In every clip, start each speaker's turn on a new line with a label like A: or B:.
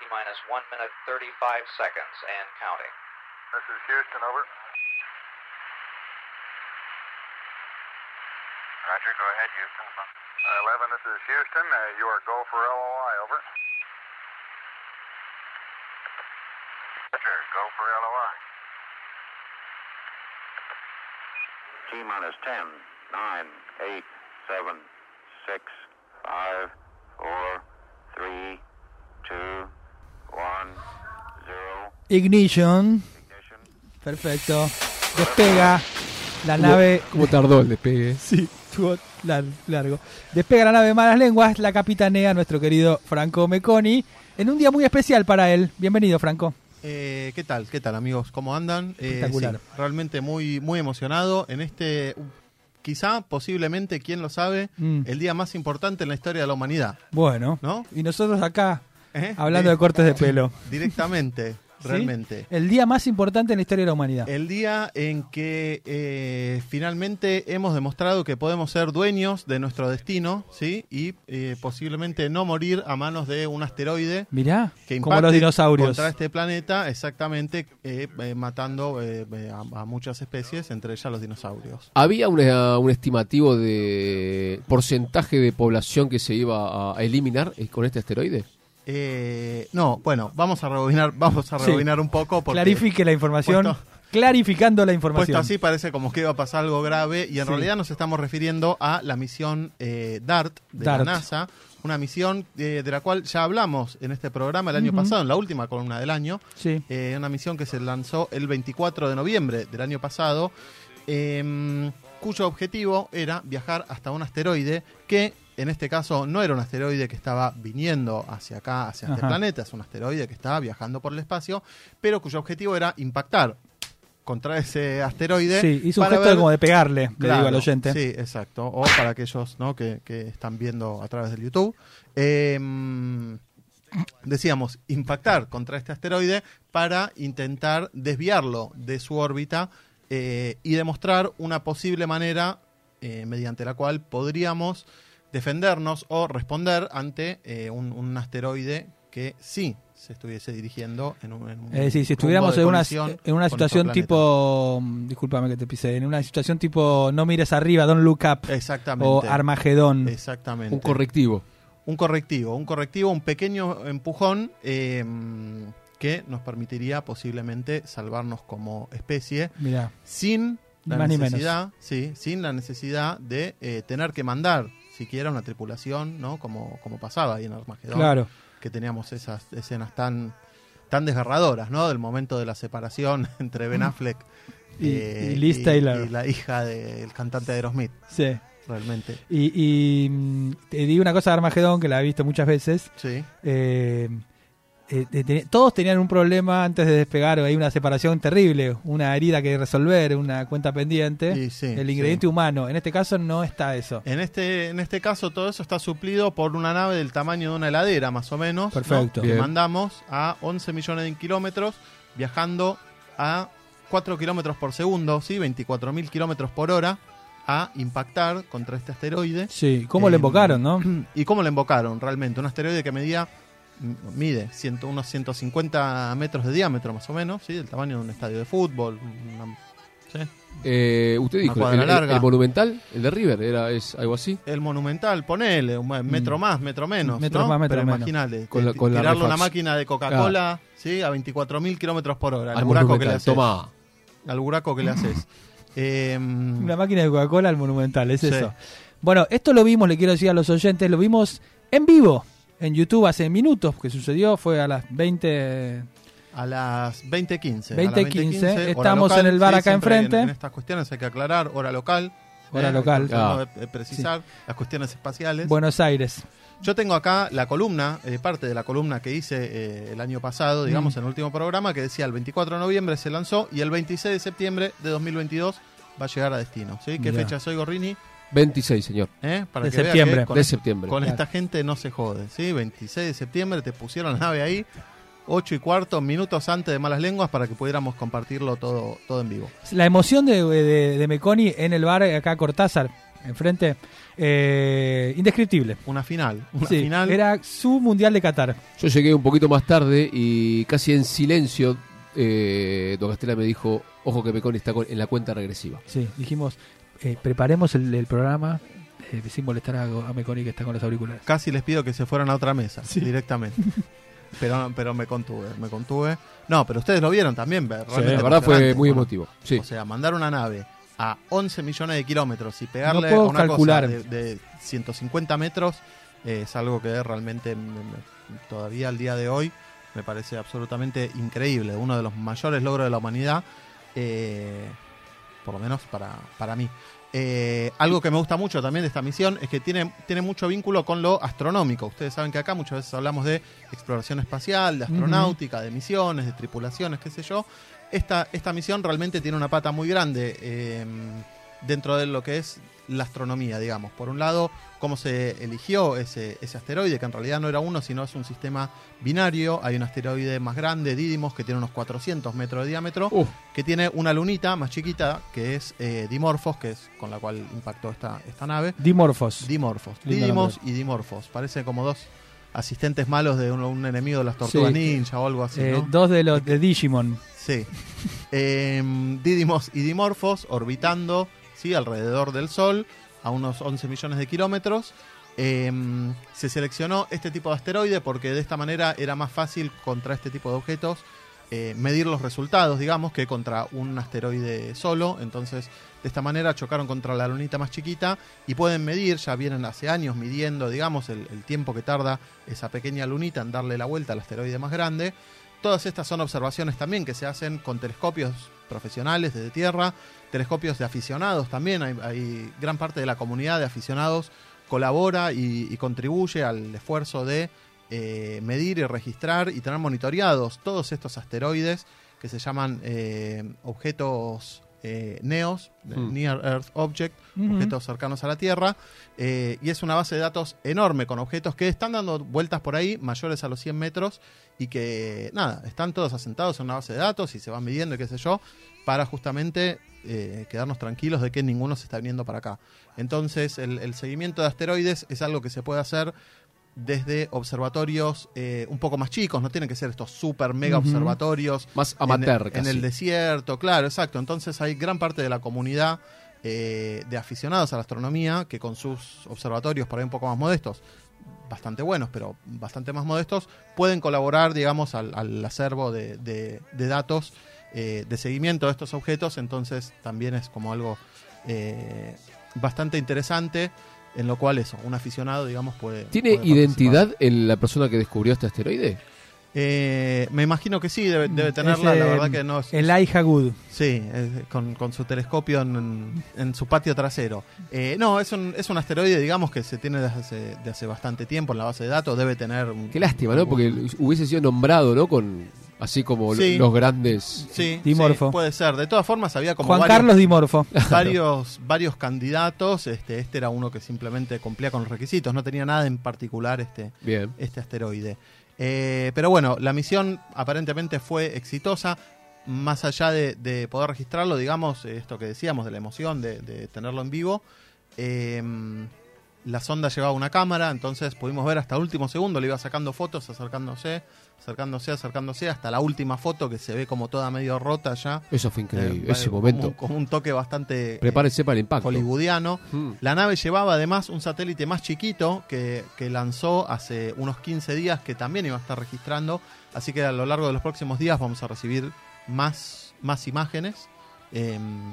A: T minus 1 minute 35 seconds and counting.
B: This is Houston, over.
C: Roger, go ahead, Houston.
B: Uh, 11, this is Houston. Uh, you are go for LOI, over.
C: Roger, go for LOI.
D: T minus 10, 9, 8, 7, 6, 5, 4, 3, 2, 1, 0.
E: Ignition.
D: Ignition.
E: Perfecto. Despega la nave.
F: ¿Cómo tardó el despegue?
E: Sí, estuvo lar- largo. Despega la nave Malas Lenguas, la capitanea nuestro querido Franco Meconi. En un día muy especial para él. Bienvenido, Franco.
G: Eh, ¿Qué tal? ¿Qué tal amigos? ¿Cómo andan? Eh,
E: Espectacular.
G: sí, realmente muy, muy emocionado en este, uh, quizá, posiblemente, quién lo sabe,
E: Mm.
G: el día más importante en la historia de la humanidad,
E: Bueno.
G: ¿no?
E: Y nosotros acá,
G: ¿Eh?
E: hablando
G: Eh,
E: de cortes de pelo.
G: Directamente,
E: ¿Sí?
G: realmente. Eh,
E: El día más importante en la historia de la humanidad.
G: El día en que eh, finalmente hemos demostrado que podemos ser dueños de nuestro destino, ¿sí? Y eh, posiblemente no morir a manos de un asteroide
E: Mirá,
G: que
E: como
G: impacte
E: los dinosaurios.
G: contra este planeta, exactamente eh, eh, matando eh, eh, a, a muchas especies, entre ellas los dinosaurios.
F: ¿Había una- un estimativo de porcentaje de población que se iba a eliminar eh, con este asteroide?
G: Eh, no, bueno, vamos a rebobinar, vamos a
E: Sí.
G: rebobinar un poco porque
E: Clarifique la información.
G: Puesto-
E: clarificando la
G: puesto
E: información.
G: así parece como que iba a pasar algo grave y en
E: Sí.
G: realidad nos estamos refiriendo a la misión eh, DART de
E: DART.
G: la NASA, una misión eh, de la cual ya hablamos en este programa el año
E: Ujú.
G: pasado, en la última columna del año,
E: Sí.
G: eh, una misión que se lanzó el 24 de noviembre del año pasado, em, cuyo objetivo era viajar hasta un asteroide que en este caso no era un asteroide que estaba viniendo hacia acá, hacia este
E: Ajá.
G: planeta, es un asteroide que estaba viajando por el espacio, pero cuyo objetivo era impactar contra ese asteroide.
E: Sí, hizo un
G: Eh, para
E: gesto
G: ver-
E: como de pegarle, le digo
G: Claro,
E: al oyente.
G: Sí, exacto. O para aquellos ¿no? que, que están viendo a través del YouTube. Em, decíamos, impactar contra este asteroide para intentar desviarlo de su órbita eh, y demostrar una posible manera eh, mediante la cual podríamos defendernos o responder ante eh, un, un asteroide que sí se estuviese dirigiendo en un... en un
E: Es decir, si
G: rumbo
E: estuviéramos
G: de
E: en una,
G: colisión
E: en una
G: con
E: situación
G: otro planeta.
E: tipo. mm, Discúlpame que te pise. En una situación tipo. No mires arriba, don't look up.
G: Exactamente.
E: O Armagedón.
G: Exactamente.
F: Un correctivo.
G: un correctivo, un correctivo, un pequeño empujón eh, que nos permitiría posiblemente salvarnos como especie
E: Mirá.
G: sin la
E: Ni más ni menos.
G: necesidad, sí, sin la necesidad de eh, tener que mandar siquiera una tripulación, ¿no? Como, como pasaba ahí en Armagedón,
E: Claro.
G: que teníamos esas escenas tan tan desgarradoras, ¿no? Del momento de la separación entre Ben Affleck
E: Mm.
G: eh,
E: Y- y Liz Taylor.
G: y la hija del cantante de Aerosmith,
E: Sí.
G: realmente.
E: Y, y, mm, te digo una cosa de Armagedón que la he visto muchas veces.
G: Sí.
E: eh, eh, eh, ten- todos tenían un problema antes de despegar. Hay una separación terrible, una herida que resolver, una cuenta pendiente.
G: Y sí,
E: el
G: sí.
E: ingrediente humano. En este caso no está eso.
G: En este, en este caso, todo eso está suplido por una nave del tamaño de una heladera, más o menos. ¿no?
E: Perfecto.
G: Que
F: Bien.
G: mandamos a 11 millones de kilómetros, viajando a 4 kilómetros por segundo, ¿sí? 24 mil kilómetros por hora, a impactar contra este asteroide.
E: Sí, ¿cómo lo
G: Eh,
E: invocaron, no?
G: ¿Y cómo lo embocaron realmente? Un asteroide que medía, m- mide ciento- unos 150 metros de diámetro, más o menos, ¿sí? Del tamaño de un estadio de fútbol. una- ¿sí?
F: Eh, usted
G: Una
F: dijo,
G: cuadra
F: el, el-
G: larga.
F: el monumental, el de River, era es algo así.
G: El monumental, ponele, un metro
E: Mm.
G: más, metro menos.
E: Metro
G: ¿no?
E: más, metro
G: Pero
E: menos.
G: imaginale,
F: Con la-
G: t-
F: con la
G: tirarle una
F: refax.
G: máquina de
E: Ah.
G: Coca-Cola ¿sí? a 24.000 kilómetros por hora.
F: Al
G: Al buraco que le
F: monumental.
G: haces.
F: Toma.
G: Al buraco que le haces. Em,
E: Una máquina de Coca-Cola al Monumental, es
G: Sí.
E: eso. Bueno, esto lo vimos, le quiero decir a los oyentes, lo vimos en vivo en YouTube hace minutos que sucedió, fue a las 20.
G: a las 20.15.
E: 20:15,
G: 20.15.
E: estamos en el bar acá enfrente.
G: En, en estas cuestiones hay que aclarar, hora local. ¿eh?
E: Hora local.
G: tratando
F: Ah.
G: de- de precisar las cuestiones espaciales.
E: Buenos Aires.
G: Yo tengo acá la columna, eh, parte de la columna que hice eh, el año
E: Mm.
G: pasado, digamos, en el último programa, que decía el 24 de noviembre se lanzó y el 26 de septiembre de 2022 va a llegar a destino. ¿sí? ¿Qué
E: Mirá.
G: fecha soy, Gorrini?
F: 26, señor.
G: ¿Eh? Para
E: De
G: que vea
E: septiembre.
G: que con,
F: de
G: esta-
F: septiembre.
G: con este.
E: Claro.
G: esta gente no se jode. ¿sí? 26 de septiembre te pusieron la nave ahí, 8 y cuarto, minutos antes de Malas Lenguas, para que pudiéramos compartirlo todo, todo en vivo.
E: La emoción de, de, de Meconi en el bar acá Cortázar, enfrente. Eh, indescriptible.
G: Una final. Una
E: Sí,
G: final.
E: Era su Mundial de Qatar.
F: Yo llegué un poquito más tarde y casi en silencio, eh, Don Castela me dijo, ojo que Meconi está con- en la cuenta regresiva.
E: Sí, dijimos, eh, preparemos el, el programa eh, sin molestar a, a Meconi que está con los auriculares.
G: Casi les pido que se fueran a otra mesa directamente. pero, pero me contuve, me contuve. No, pero ustedes lo vieron también, ver. realmente
F: la verdad fue
G: emocionante.
F: muy
G: Bueno,
F: emotivo. Sí.
G: O sea, mandar una nave a 11 millones de kilómetros y pegarle
E: puedo
G: a una
E: calcular.
G: cosa de, de 150 metros eh, es algo que realmente me- me- todavía al día de hoy me parece absolutamente increíble. Uno de los mayores logros de la humanidad, eh, por lo menos para, para mí. Eh, algo que me gusta mucho también de esta misión es que tiene, tiene mucho vínculo con lo astronómico. Ustedes saben que acá muchas veces hablamos de exploración espacial, de astronáutica, de misiones, de tripulaciones, qué sé yo esta, esta misión realmente tiene una pata muy grande eh, dentro de lo que es la astronomía, digamos. Por un lado, cómo se eligió ese, ese asteroide, que en realidad no era uno, sino es un sistema binario. Hay un asteroide más grande, Didymos, que tiene unos 400 metros de diámetro,
F: Uh.
G: que tiene una lunita más chiquita, que es eh, Dimorphos, que es con la cual impactó esta, esta nave.
E: Dimorphos.
G: Dimorphos.
E: Lindo
G: Didymos y Dimorphos. Parecen como dos asistentes malos de un, un enemigo de las tortugas
F: Sí.
G: ninja o algo así,
E: Eh,
G: ¿no?
E: Dos de los de Digimon.
G: Sí. Em, Didymos y Dimorphos orbitando ¿sí? alrededor del Sol a unos 11 millones de kilómetros. Em, se seleccionó este tipo de asteroide porque de esta manera era más fácil contra este tipo de objetos eh, medir los resultados, digamos, que contra un asteroide solo. Entonces, de esta manera chocaron contra la lunita más chiquita y pueden medir, ya vienen hace años midiendo, digamos, el, el tiempo que tarda esa pequeña lunita en darle la vuelta al asteroide más grande. Todas estas son observaciones también que se hacen con telescopios profesionales desde tierra, telescopios de aficionados también. Hay, hay gran parte de la comunidad de aficionados colabora y, y contribuye al esfuerzo de eh, medir y registrar y tener monitoreados todos estos asteroides que se llaman eh, objetos eh, NEOS,
F: Mm.
G: Near Earth Object,
E: Ujú.
G: objetos cercanos a la Tierra, eh, y es una base de datos enorme con objetos que están dando vueltas por ahí, mayores a los 100 metros, y que, nada, están todos asentados en una base de datos y se van midiendo y qué sé yo, para justamente eh, quedarnos tranquilos de que ninguno se está viniendo para acá. Entonces, el, el seguimiento de asteroides es algo que se puede hacer desde observatorios eh, un poco más chicos, no tienen que ser estos super mega
E: Ujú.
G: observatorios
F: Más
G: en el-
F: amateur
G: en,
F: casi.
G: el desierto, claro, exacto. Entonces hay gran parte de la comunidad eh, de aficionados a la astronomía que con sus observatorios por ahí un poco más modestos, bastante buenos, pero bastante más modestos, pueden colaborar, digamos, al, al acervo de, de- de datos eh, de seguimiento de estos objetos. Entonces también es como algo eh, bastante interesante en lo cual eso, un aficionado, digamos, puede...
F: ¿Tiene
G: puede participar.
F: identidad en la persona que descubrió este asteroide?
G: Eh, me imagino que sí, debe, debe tenerla,
E: Es,
G: la
E: eh,
G: verdad que no es...
E: Elijah Good.
G: Sí, eh, con, con su telescopio en, en su patio trasero. Eh, no, es un, es un asteroide, digamos, que se tiene desde hace, de hace bastante tiempo en la base de datos. Debe tener. un-
F: Qué lástima, ¿no? Porque hubiese sido nombrado, ¿no? Con así como lo-
G: Sí.
F: los grandes.
G: Sí,
E: Dimorfo.
G: sí, puede ser. De todas formas, había como
E: Juan
G: varios,
E: Carlos Dimorfo.
G: varios, varios candidatos. Este, este era uno que simplemente cumplía con los requisitos. No tenía nada en particular este,
F: Bien.
G: este asteroide. Eh, pero bueno, la misión aparentemente fue exitosa. Más allá de, de poder registrarlo, digamos, eh, esto que decíamos de la emoción de, de tenerlo en vivo, eh, la sonda llevaba una cámara, entonces pudimos ver hasta el último segundo, le iba sacando fotos, acercándose, acercándose, acercándose, hasta la última foto que se ve como toda medio rota ya.
F: Eso fue increíble.
G: Eh,
F: Ese
G: como
F: momento.
G: un- como un toque bastante eh,
F: Prepárese para el impacto.
G: hollywoodiano.
F: Mm.
G: La nave llevaba además un satélite más chiquito que, que lanzó hace unos 15 días que también iba a estar registrando. Así que a lo largo de los próximos días vamos a recibir más, más imágenes em,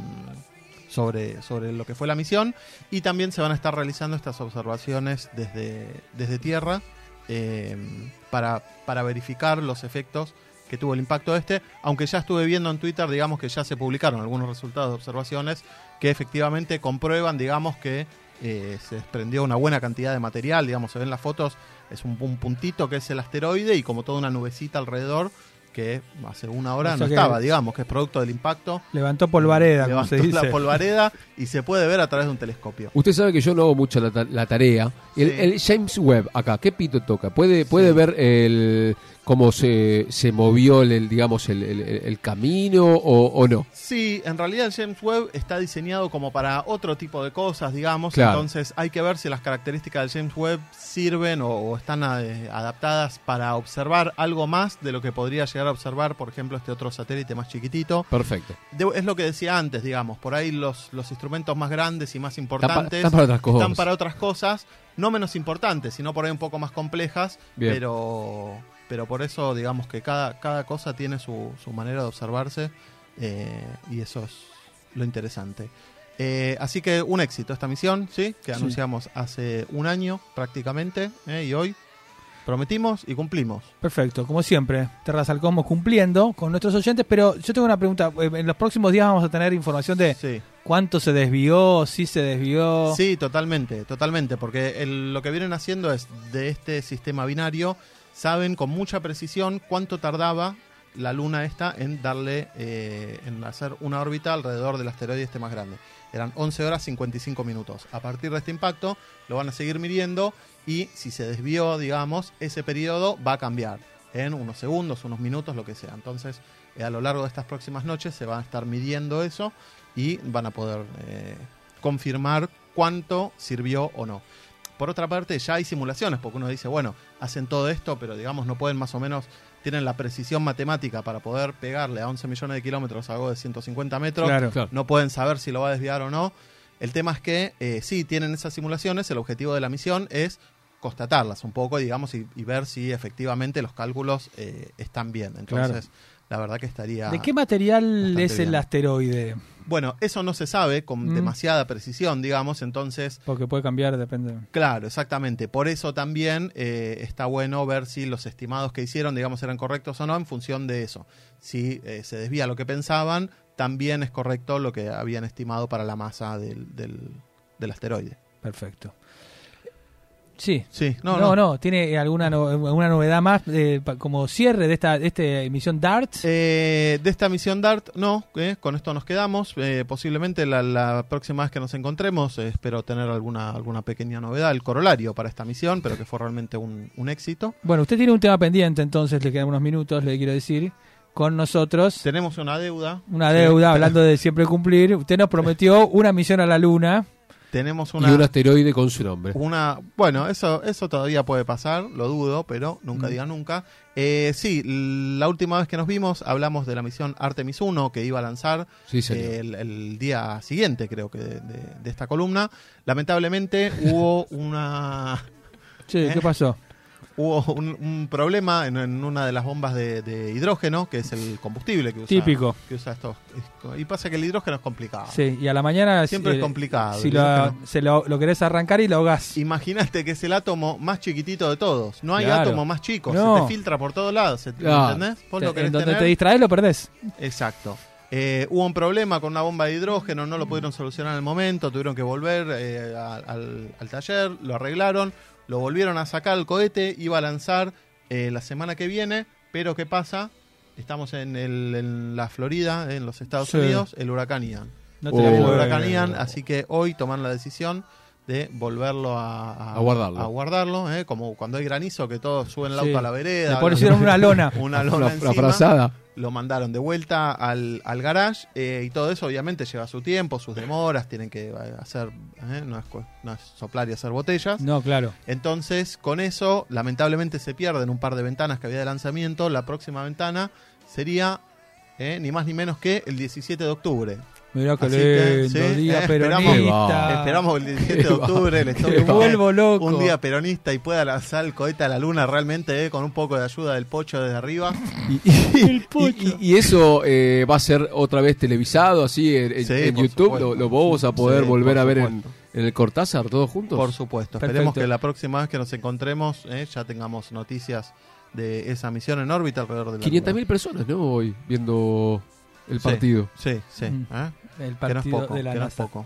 G: sobre, sobre lo que fue la misión. Y también se van a estar realizando estas observaciones desde, desde tierra em, para, para verificar los efectos que tuvo el impacto este, aunque ya estuve viendo en Twitter, digamos que ya se publicaron algunos resultados de observaciones que efectivamente comprueban, digamos, que eh, se desprendió una buena cantidad de material, digamos, se ven las fotos, es un, un puntito que es el asteroide y como toda una nubecita alrededor que hace una hora
E: O sea
G: no
E: que-
G: estaba, digamos, que es producto del impacto.
E: Levantó polvareda, como
G: Levantó
E: se dice.
G: la polvareda y se puede ver a través de un telescopio.
F: Usted sabe que yo no hago mucho la, ta- la tarea. El,
G: Sí.
F: el James Webb acá, ¿qué pito toca? ¿Puede, puede
G: Sí.
F: ver el cómo se, se movió el, el, digamos el, el- el camino o, o no.
G: Sí, en realidad el James Webb está diseñado como para otro tipo de cosas, digamos.
F: Claro.
G: Entonces hay que ver si las características del James Webb sirven o, o están eh, adaptadas para observar algo más de lo que podría llegar a observar, por ejemplo, este otro satélite más chiquitito.
F: Perfecto.
G: De- es lo que decía antes, digamos. Por ahí los, los instrumentos más grandes y más
F: Están, pa-
G: importantes
F: están para otras cosas.
G: están para otras cosas, no menos importantes, sino por ahí un poco más complejas,
F: Bien.
G: pero pero por eso digamos que cada, cada cosa tiene su, su manera de observarse eh, y eso es lo interesante. Eh, así que un éxito esta misión, ¿sí? Que
H: Sí.
G: anunciamos hace un año prácticamente ¿eh? y hoy prometimos y cumplimos.
E: Perfecto, como siempre, Terras al Cosmos cumpliendo con nuestros oyentes, pero yo tengo una pregunta, eh, en los próximos días vamos a tener información de
F: Eh,
G: Sí.
E: cuánto se desvió, si se desvió.
G: Sí, totalmente, totalmente, porque el- lo que vienen haciendo es de este sistema binario, saben con mucha precisión cuánto tardaba la luna esta en darle, eh, en hacer una órbita alrededor del asteroide este más grande. Eran 11 horas 55 minutos. A partir de este impacto lo van a seguir midiendo y si se desvió, digamos, ese periodo va a cambiar en unos segundos, unos minutos, lo que sea. Entonces, eh, a lo largo de estas próximas noches se van a estar midiendo eso y van a poder eh, confirmar cuánto sirvió o no. Por otra parte, ya hay simulaciones, porque uno dice, bueno, hacen todo esto, pero digamos, no pueden más o menos, tienen la precisión matemática para poder pegarle a 11 millones de kilómetros algo de 150 metros,
E: Claro.
F: Claro.
G: no pueden saber si lo va a desviar o no. El tema es que eh, sí tienen esas simulaciones, el objetivo de la misión es constatarlas un poco, digamos, y, y ver si efectivamente los cálculos eh, están bien. Entonces, la verdad que estaría...
E: ¿De qué material
G: Bastante
E: es el
G: bien.
E: asteroide?
G: Bueno, eso no se sabe con
E: Mm.
G: demasiada precisión, digamos, entonces
E: Porque puede cambiar, depende.
G: Claro, exactamente. Por eso también eh, está bueno ver si los estimados que hicieron, digamos, eran correctos o no en función de eso. Si eh, se desvía lo que pensaban, también es correcto lo que habían estimado para la masa del, del, del asteroide.
E: Perfecto. Sí.
G: Sí,
E: No,
G: no,
E: no, ¿Tiene alguna, no- alguna novedad más eh, pa- como cierre de esta, de esta emisión DART?
G: Eh, de esta misión DART, no, eh, con esto nos quedamos. Eh, posiblemente la, la próxima vez que nos encontremos, eh, espero tener alguna, alguna pequeña novedad, el corolario para esta misión, pero que fue realmente un, un éxito.
E: Bueno, usted tiene un tema pendiente, entonces le quedan unos minutos, le quiero decir, con nosotros.
G: Tenemos una deuda.
E: Una
G: Sí,
E: deuda, hablando de siempre cumplir. Usted nos prometió una misión a la Luna.
G: Tenemos
F: Y un asteroide con su nombre.
G: Una, bueno, eso, eso todavía puede pasar, lo dudo, pero nunca
E: Mm.
G: diga nunca. Eh, sí, la última vez que nos vimos hablamos de la misión Artemis 1 que iba a lanzar eh,
F: Sí, señor.
G: el, el día siguiente, creo que, de, de- de esta columna. Lamentablemente hubo una
E: Che, ¿qué
G: ¿Eh?
E: pasó?
G: hubo un, un problema en, en una de las bombas de, de hidrógeno, que es el combustible que usa,
E: Típico.
G: que usa estos. Y pasa que el hidrógeno es complicado.
E: Sí, y a la mañana...
G: Ah. Siempre es
E: eh,
G: complicado.
E: Si
G: el
E: lo,
G: hidrógeno.
E: se lo, lo querés arrancar y lo ahogás.
G: Imagínate que es el átomo más chiquitito de todos. No hay
E: Claro.
G: átomo más chico.
E: No.
G: Se te filtra por todos lados. se-
F: Claro.
G: ¿Entendés? Vos lo
E: Te-
G: querés
E: en donde
G: tener-
E: te distraes lo perdés.
G: Exacto. Eh, hubo un problema con una bomba de hidrógeno, no
E: Mm.
G: lo pudieron solucionar en el momento, tuvieron que volver eh, a- al, al taller, lo arreglaron, lo volvieron a sacar el cohete, iba a lanzar eh, la semana que viene, pero ¿qué pasa? Estamos en, el- en la Florida, en los Estados
E: Sí.
G: Unidos, el huracán Ian.
E: No
F: Oh.
G: Se viene el
E: puedo-
G: huracán Ian, así que hoy toman la decisión de volverlo a,
F: A guardarlo.
G: a guardarlo, ¿eh? como cuando hay granizo que todos suben el auto
E: Sí.
G: a la vereda.
E: Le
G: ¿no?
E: pusieron una lona.
G: Una
F: Una-
G: lona
F: una
G: encima.
F: frazada.
G: Lo mandaron de vuelta al, al garage eh, y todo eso obviamente lleva su tiempo, sus demoras, tienen que eh, hacer, ¿eh? no, es, cu- no es soplar y hacer botellas.
E: No, claro.
G: Entonces, con eso, lamentablemente se pierden un par de ventanas que había de lanzamiento. La próxima ventana sería eh, ni más ni menos que el 17 de octubre.
E: Mirá que
G: Así
E: lindo
G: que, sí,
E: día
G: eh, esperamos-
E: peronista.
G: Esperamos el 17 de
F: Qué va-
G: octubre, les toque
F: qué
G: un
F: va-
G: día-
E: Vuelvo loco.
G: un día peronista y pueda lanzar el cohete a la luna realmente eh, con un poco de ayuda del pocho desde arriba.
F: Y, y- y- y eso eh, va a ser otra vez televisado, así en, en-
G: Sí,
F: en
G: por
F: YouTube.
G: supuesto.
F: Lo, lo vos vas a poder
G: Sí,
F: volver
G: por
F: a ver en,
G: supuesto.
F: en el Cortázar, todos juntos.
G: Por supuesto, esperemos
E: Perfecto.
G: que la próxima vez que nos encontremos eh, ya tengamos noticias de esa misión en órbita alrededor de la
F: 500.000 personas, ¿no? Hoy viendo el
G: Sí.
F: partido.
G: Sí, sí.
E: Mm.
G: ¿eh?
E: El
G: Que no es
E: partido
G: poco,
E: de la
G: que no es
E: NASA.
G: poco.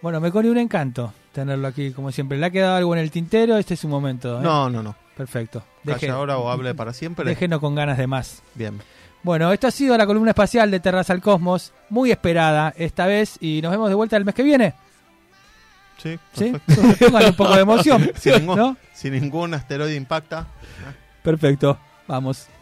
E: Bueno, me corrió un encanto tenerlo aquí, como siempre. ¿Le ha quedado algo en el tintero? Este es su momento. ¿eh?
G: No, no, no.
E: Perfecto.
G: Calla
E: Deje-
G: ahora o hable para siempre.
E: Déjenos con ganas de más.
G: Bien.
E: Bueno, esto ha sido la columna espacial de Terraza al Cosmos, muy esperada esta vez, y nos vemos de vuelta el mes que viene.
G: Sí,
E: ¿Sí?
G: perfecto.
E: Pónganle un poco de emoción.
G: Sin ningún-
E: ¿no?
G: Si ningún asteroide impacta,
E: Perfecto. Vamos.